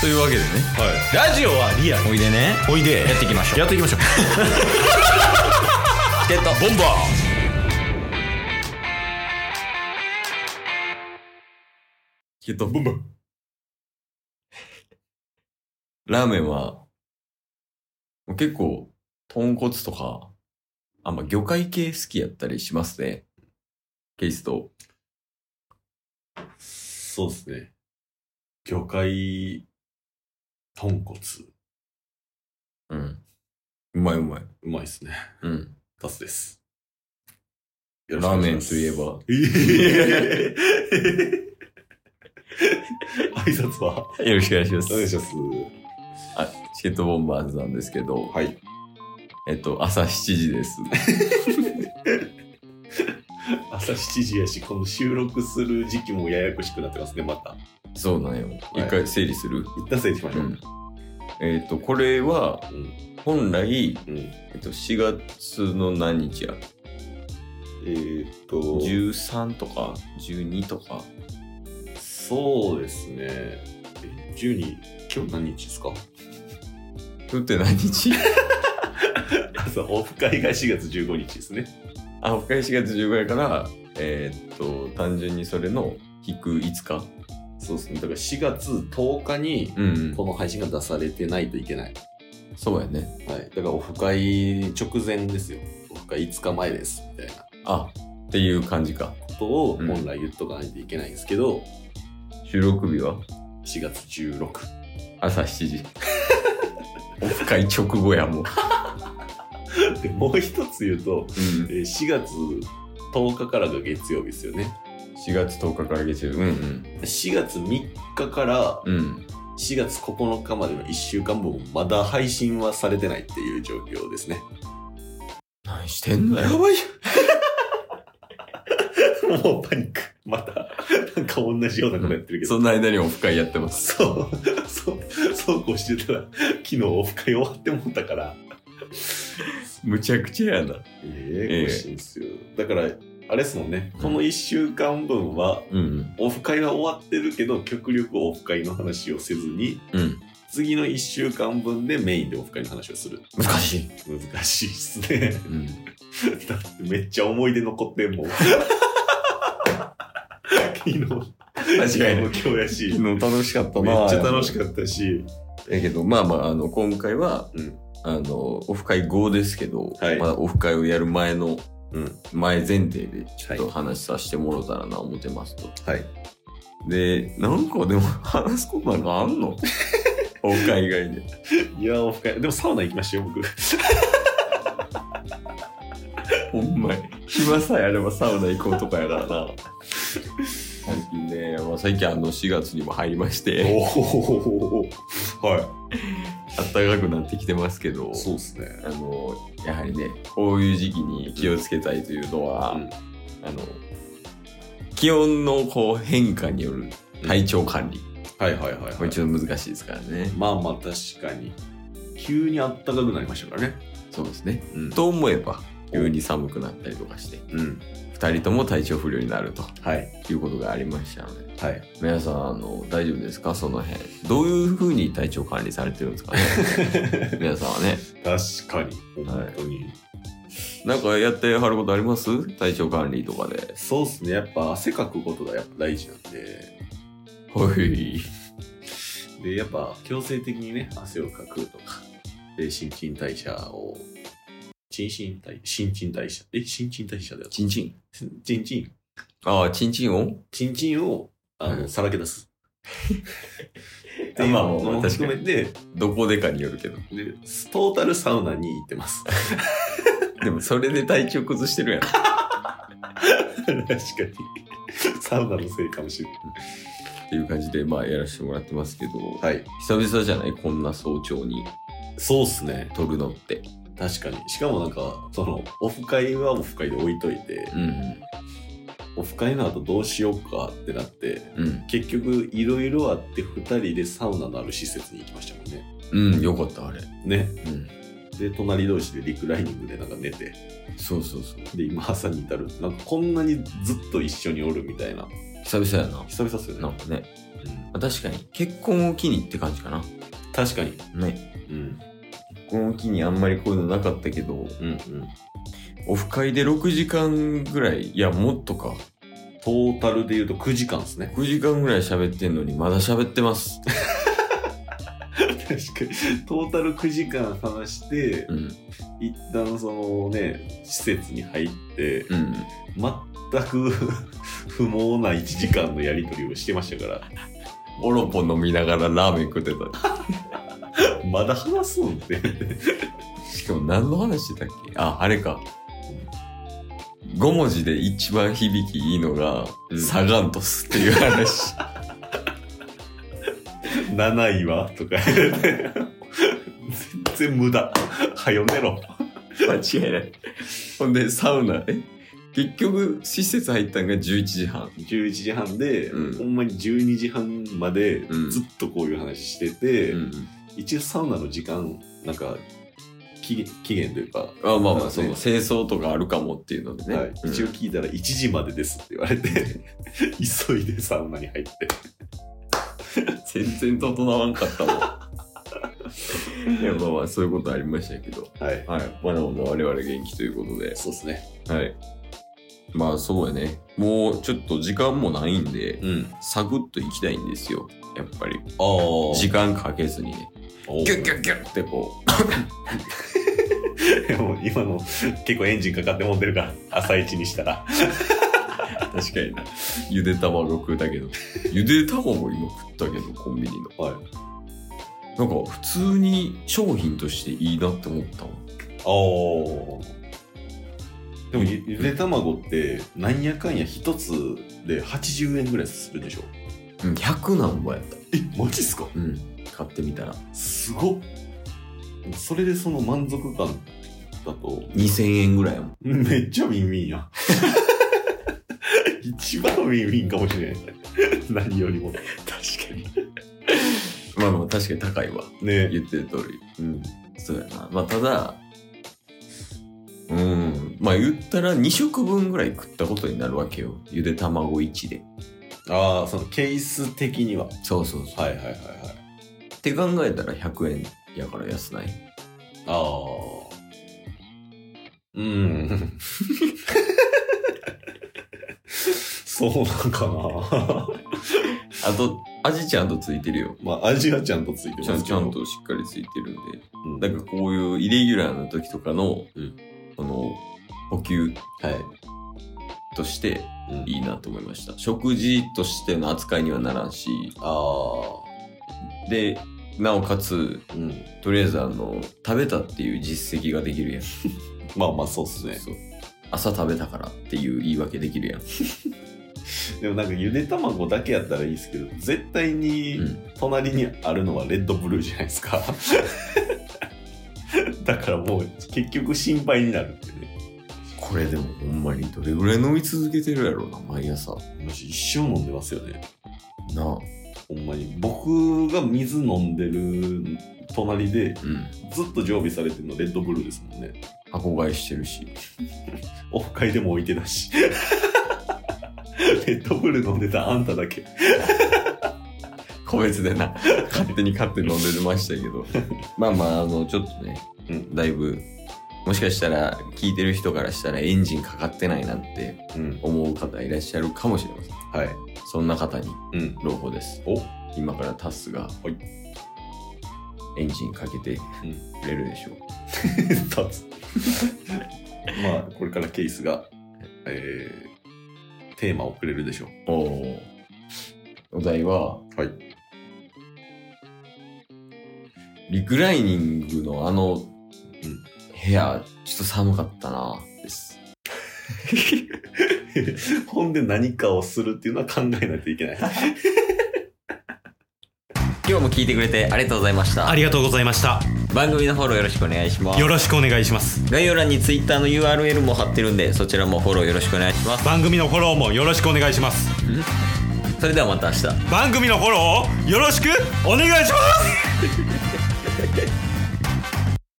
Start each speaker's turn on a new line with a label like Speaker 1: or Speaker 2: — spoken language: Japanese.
Speaker 1: というわけでね
Speaker 2: ラジオはリアル
Speaker 1: おいでね
Speaker 2: おいで
Speaker 1: やっていきましょう
Speaker 2: やっていきましょう
Speaker 1: チケットボンバーチケットボンバーラーメンはもう結構豚骨とかあんま魚介系好きやったりしますねケイスト
Speaker 2: そうですね魚介豚骨
Speaker 1: うんうまいうまいう
Speaker 2: まいっすね
Speaker 1: うん
Speaker 2: タスです
Speaker 1: ラーメンといえば
Speaker 2: えば 挨拶は
Speaker 1: よろしくお願いしま
Speaker 2: お願いします
Speaker 1: チケットボンバーズなんですけど、
Speaker 2: はい
Speaker 1: えっと、朝7時です。
Speaker 2: 朝7時やしこの収録する時期もややこしくなってますねまた
Speaker 1: そうなんよ。
Speaker 2: い
Speaker 1: 一回整理する。
Speaker 2: 一旦整理しましょう、
Speaker 1: うんえっと、これは、
Speaker 2: うん
Speaker 1: 本来、
Speaker 2: うん
Speaker 1: えっと、4月の何日や
Speaker 2: えー、っと
Speaker 1: ?13 とか12とか。
Speaker 2: そうですね。え12、今日何日ですか
Speaker 1: ふって何 日
Speaker 2: 朝、オフ会が4月15日ですね。
Speaker 1: あ、お返し4月15日から、えーっと、単純にそれの引く5日。
Speaker 2: そうですね。だから4月10日に、
Speaker 1: うんうん
Speaker 2: こ。の配信が出されてないといけない。
Speaker 1: そうやね。
Speaker 2: はい。だからオフ会直前ですよ。オフ会5日前です。みたいな
Speaker 1: あ、っていう感じか。
Speaker 2: ことを
Speaker 1: うん
Speaker 2: 本来言っとかないといけないんですけど、
Speaker 1: 収録日は
Speaker 2: 4月16。
Speaker 1: 朝7時。 オフ会直後やもう。
Speaker 2: で、もう一つ言うと、
Speaker 1: うん
Speaker 2: えー4月10日からが月曜日ですよね。
Speaker 1: 4月10日から月曜日。うん
Speaker 2: 4月3日から
Speaker 1: うん。うん。
Speaker 2: 4月9日までの1週間分まだ配信はされてないっていう状況ですね。
Speaker 1: 何してんのよ。
Speaker 2: ばい もうパニック。また、なんか同じようなことやってるけど。
Speaker 1: そんな間にオフ会やってます。
Speaker 2: そう、そう、そうこうしてたら、昨日オフ会終わってもったから。
Speaker 1: むちゃくちゃやな。え
Speaker 2: ええこしいんすよ。だから、あれですもんね。この1週間分は、
Speaker 1: うん。
Speaker 2: オフ会は終わってるけど、極力オフ会の話をせずに、
Speaker 1: うん。
Speaker 2: 次の1週間分でメインでオフ会の話をする。
Speaker 1: 難しい。
Speaker 2: 難しいっすね。
Speaker 1: うん。
Speaker 2: だってめっちゃ思い出残ってん もん。昨日、
Speaker 1: 間違いない
Speaker 2: もう今日やし、めっ
Speaker 1: 昨日楽しかったな。
Speaker 2: ちゃ楽しかったし、
Speaker 1: った。やけど、まあまあ、あの、今回は、
Speaker 2: うん
Speaker 1: あの、オフ会後ですけど、
Speaker 2: はい
Speaker 1: まだオフ会をやる前の、
Speaker 2: うん
Speaker 1: 前前提で、ちょっと話させてもろたらな、思ってますと。
Speaker 2: はい。
Speaker 1: で、なんかでも、話すことなんかあん のオフ会以外で。
Speaker 2: いや、オフ会、でもサウナ行きましたよ、僕。
Speaker 1: ほんまに。暇さえあればサウナ行こうとかやからな。最近ね、まあ、最近あの4月にも入りまして、
Speaker 2: おお、 は
Speaker 1: 暖かくなってきてますけど
Speaker 2: い。、そうですね。
Speaker 1: あの、やはりね、こういう時期に気をつけたいというのは、
Speaker 2: うん
Speaker 1: あの、気温のこう変化による体調管理、
Speaker 2: はいはいはい、
Speaker 1: こ
Speaker 2: は
Speaker 1: れ
Speaker 2: い。
Speaker 1: ちょっと難しいですからね。
Speaker 2: まあまあ、確かに。急にあったかくなりましたからね。
Speaker 1: そうですね。
Speaker 2: うん
Speaker 1: と思えば、急に寒くなったりとかして、
Speaker 2: うん。
Speaker 1: 2人とも体調不良になると
Speaker 2: はい。
Speaker 1: いうことがありましたので、
Speaker 2: はい。
Speaker 1: 皆さんあの大丈夫ですかその辺どういうふうに体調管理されてるんです かね皆さんはね
Speaker 2: 確かに。
Speaker 1: はい
Speaker 2: 本当に。
Speaker 1: なんかやってはることあります体調管理とかで
Speaker 2: そうですね。やっぱ汗かくことがやっぱ大事なんで。
Speaker 1: ほい
Speaker 2: でやっぱ強制的にね汗をかくとかで新陳代謝を新陳代新陳代謝え新陳代謝だよ
Speaker 1: チンチン
Speaker 2: 新陳
Speaker 1: ああチンチンを
Speaker 2: 新陳をあの、
Speaker 1: うん
Speaker 2: さらけ出すって
Speaker 1: まあ
Speaker 2: いう
Speaker 1: まあ
Speaker 2: の
Speaker 1: 確
Speaker 2: も
Speaker 1: か
Speaker 2: 含
Speaker 1: に
Speaker 2: めて
Speaker 1: どこでかによるけど
Speaker 2: でトータルサウナに行ってます
Speaker 1: でもそれで体調崩してるやんっ
Speaker 2: 確かにサウナのせいかもしれ
Speaker 1: ていう感じでまあやらせてもらってますけど、
Speaker 2: ないはい
Speaker 1: 久々じゃないこんな早朝に
Speaker 2: そうっすね
Speaker 1: 撮るのって
Speaker 2: 確かにしかもなんかそのオフ会はオフ会で置いといて
Speaker 1: うん
Speaker 2: オフ会の後どうしようかってなって
Speaker 1: うん
Speaker 2: 結局いろいろあって2人でサウナのある施設に行きましたもんね。
Speaker 1: うんよかったあれ
Speaker 2: ね。
Speaker 1: うん
Speaker 2: で隣同士でリクライニングでなんか寝て
Speaker 1: そうそうそう
Speaker 2: で今朝に至るなんかこんなにずっと一緒におるみたいな
Speaker 1: 久々やな
Speaker 2: 久々っすよ
Speaker 1: な
Speaker 2: ね
Speaker 1: ん。かね
Speaker 2: うん
Speaker 1: あ確かに、結婚を機にって感じかな。
Speaker 2: 確かに。
Speaker 1: ね。
Speaker 2: うん。
Speaker 1: 結婚を機にあんまりこういうのなかったけど、
Speaker 2: うんうん。
Speaker 1: オフ会で6時間ぐらい、いや、もっとか。
Speaker 2: トータルで言うと9時間ですね。
Speaker 1: 6時間ぐらい喋ってんのに、まだ喋って ます。
Speaker 2: 確かに。トータル9時間話して、
Speaker 1: うん。
Speaker 2: 一旦そのね、施設に入って、
Speaker 1: うん。
Speaker 2: 全く 不毛な1時間のやり取りをしてましたから、
Speaker 1: オロポ飲みながらラーメン食ってた。
Speaker 2: まだ話すんって。
Speaker 1: しかも何の話してたっけあ、あれか。5文字で一番響きいいのが、
Speaker 2: うん
Speaker 1: サガントスっていう話。
Speaker 2: 7位はとか 言って。全然無駄。はよ寝ろ。
Speaker 1: 間違いない。ほんで、サウナ、え結局、施設入ったんが11時半。
Speaker 2: 11時半で、
Speaker 1: うん
Speaker 2: ほんまに12時半まで
Speaker 1: うん
Speaker 2: ずっとこういう話してて、
Speaker 1: うん。
Speaker 2: 一応サウナの時間なんか期限期限という
Speaker 1: あ
Speaker 2: か、
Speaker 1: まあ
Speaker 2: だから
Speaker 1: まあ、
Speaker 2: ね
Speaker 1: その、清掃とかあるかもっていうのでね。
Speaker 2: はい
Speaker 1: うん
Speaker 2: 一応聞いたら1時までですって言われて 急いでサウナに入って
Speaker 1: 全然整わんかったもん。いや、まあまあ、そういうことありましたけど。
Speaker 2: はい
Speaker 1: はい。まだまだ我々元気ということで。
Speaker 2: そうですね
Speaker 1: はい。まあ、そうやね。もう、ちょっと時間もないんで、
Speaker 2: うん
Speaker 1: サクッと行きたいんですよ。やっぱり。
Speaker 2: ああ
Speaker 1: 時間かけずにね。ギュッギュッギュッってこう。
Speaker 2: もう今の結構エンジンかかってもんでる から朝一にしたら
Speaker 1: 確かにな。ゆで卵食うたけど。ゆで卵今食ったけど、コンビニの。
Speaker 2: はい
Speaker 1: なんか、普通に商品としていいなって思ったわ。
Speaker 2: ああでもゆゆで卵ってなんやかんや一つで80円ぐらいするでしょ
Speaker 1: うん、100何本やった。
Speaker 2: えマジっすか
Speaker 1: うん。買ってみたら。
Speaker 2: すごっそれでその満足感だと
Speaker 1: 2000円ぐらいやもん。
Speaker 2: めっちゃウィンウィンや 一番ウィンウィンかもし れない何よりも
Speaker 1: 確かに。 まあまあ、確かに高いわ。
Speaker 2: ね
Speaker 1: 言ってる通り。
Speaker 2: うん
Speaker 1: そうやな。まあ、ただ、うん。まあ、言ったら2食分ぐらい食ったことになるわけよ。ゆで卵1で。
Speaker 2: ああそのケース的には
Speaker 1: そうそうそう。
Speaker 2: はいはいはいはい
Speaker 1: って考えたら100円やから安ない。
Speaker 2: ああうん そうなんかな
Speaker 1: あと、味ちゃんとついてるよ。
Speaker 2: まあ味はちゃんとついて
Speaker 1: ちゃ
Speaker 2: ま
Speaker 1: ん
Speaker 2: すけ
Speaker 1: ち
Speaker 2: ど
Speaker 1: ゃん、としっかりついてるんで。
Speaker 2: うん、
Speaker 1: なんかこういうイレギュラーな時とかの、
Speaker 2: うん
Speaker 1: その、補給
Speaker 2: はい、
Speaker 1: として
Speaker 2: うん
Speaker 1: いいなと思いました。食事としての扱いにはならんし、
Speaker 2: ああ
Speaker 1: で、なおかつ、
Speaker 2: うん
Speaker 1: とりあえずあの、食べたっていう実績ができるやん。
Speaker 2: まあまあそうっすね
Speaker 1: そう朝食べたからっていう言い訳できるやん。
Speaker 2: でもなんかゆで卵だけやったらいいですけど絶対に
Speaker 1: うん
Speaker 2: 隣にあるのはレッドブルーじゃないですか だからもう結局心配になるってね
Speaker 1: これでもほんまにどれぐらい飲み続けてるやろうな、毎朝。
Speaker 2: マジ一生飲んでますよね
Speaker 1: なあ。
Speaker 2: ほんまに僕が水飲んでる隣で
Speaker 1: うん。
Speaker 2: ずっと常備されてるのレッドブルーですもんね
Speaker 1: 箱買いしてるし。
Speaker 2: オフ会でも置いてたし レッドブルー飲んでたあんただけ
Speaker 1: 個別で な、勝手に勝手に飲んでましたけど。 まあまあ、あの、ちょっとね、
Speaker 2: うん
Speaker 1: だいぶ、もしかしたら、聞いてる人からしたらエンジンかかってないなんて
Speaker 2: うん
Speaker 1: 思う方いらっしゃるかもしれません。
Speaker 2: はい
Speaker 1: そんな方に、
Speaker 2: うん
Speaker 1: 朗報です。
Speaker 2: お
Speaker 1: 今からタスが、
Speaker 2: い
Speaker 1: エンジンかけてくれるでしょう。
Speaker 2: 立つ まあこれからケースが、えーテーマをくれるでしょ
Speaker 1: おお。お題は、
Speaker 2: うはい
Speaker 1: リクライニングのあの、部屋、ちょっと寒かったな、です。
Speaker 2: ほんで何かをするっていうのは考えないといけない
Speaker 1: 今日も聞いてくれてありがとうございました
Speaker 3: あ。りがとうございました。
Speaker 1: 番組のフォローよろしくお願いします
Speaker 3: よ。ろしくお願いします。
Speaker 1: 概要欄に Twitter の URL も貼ってるんで、そちらもフォローよろしくお願いします。
Speaker 3: 番組のフォローもよろしくお願いします。
Speaker 1: それではまた明日。
Speaker 3: 番組のフォローをよろしくお願いします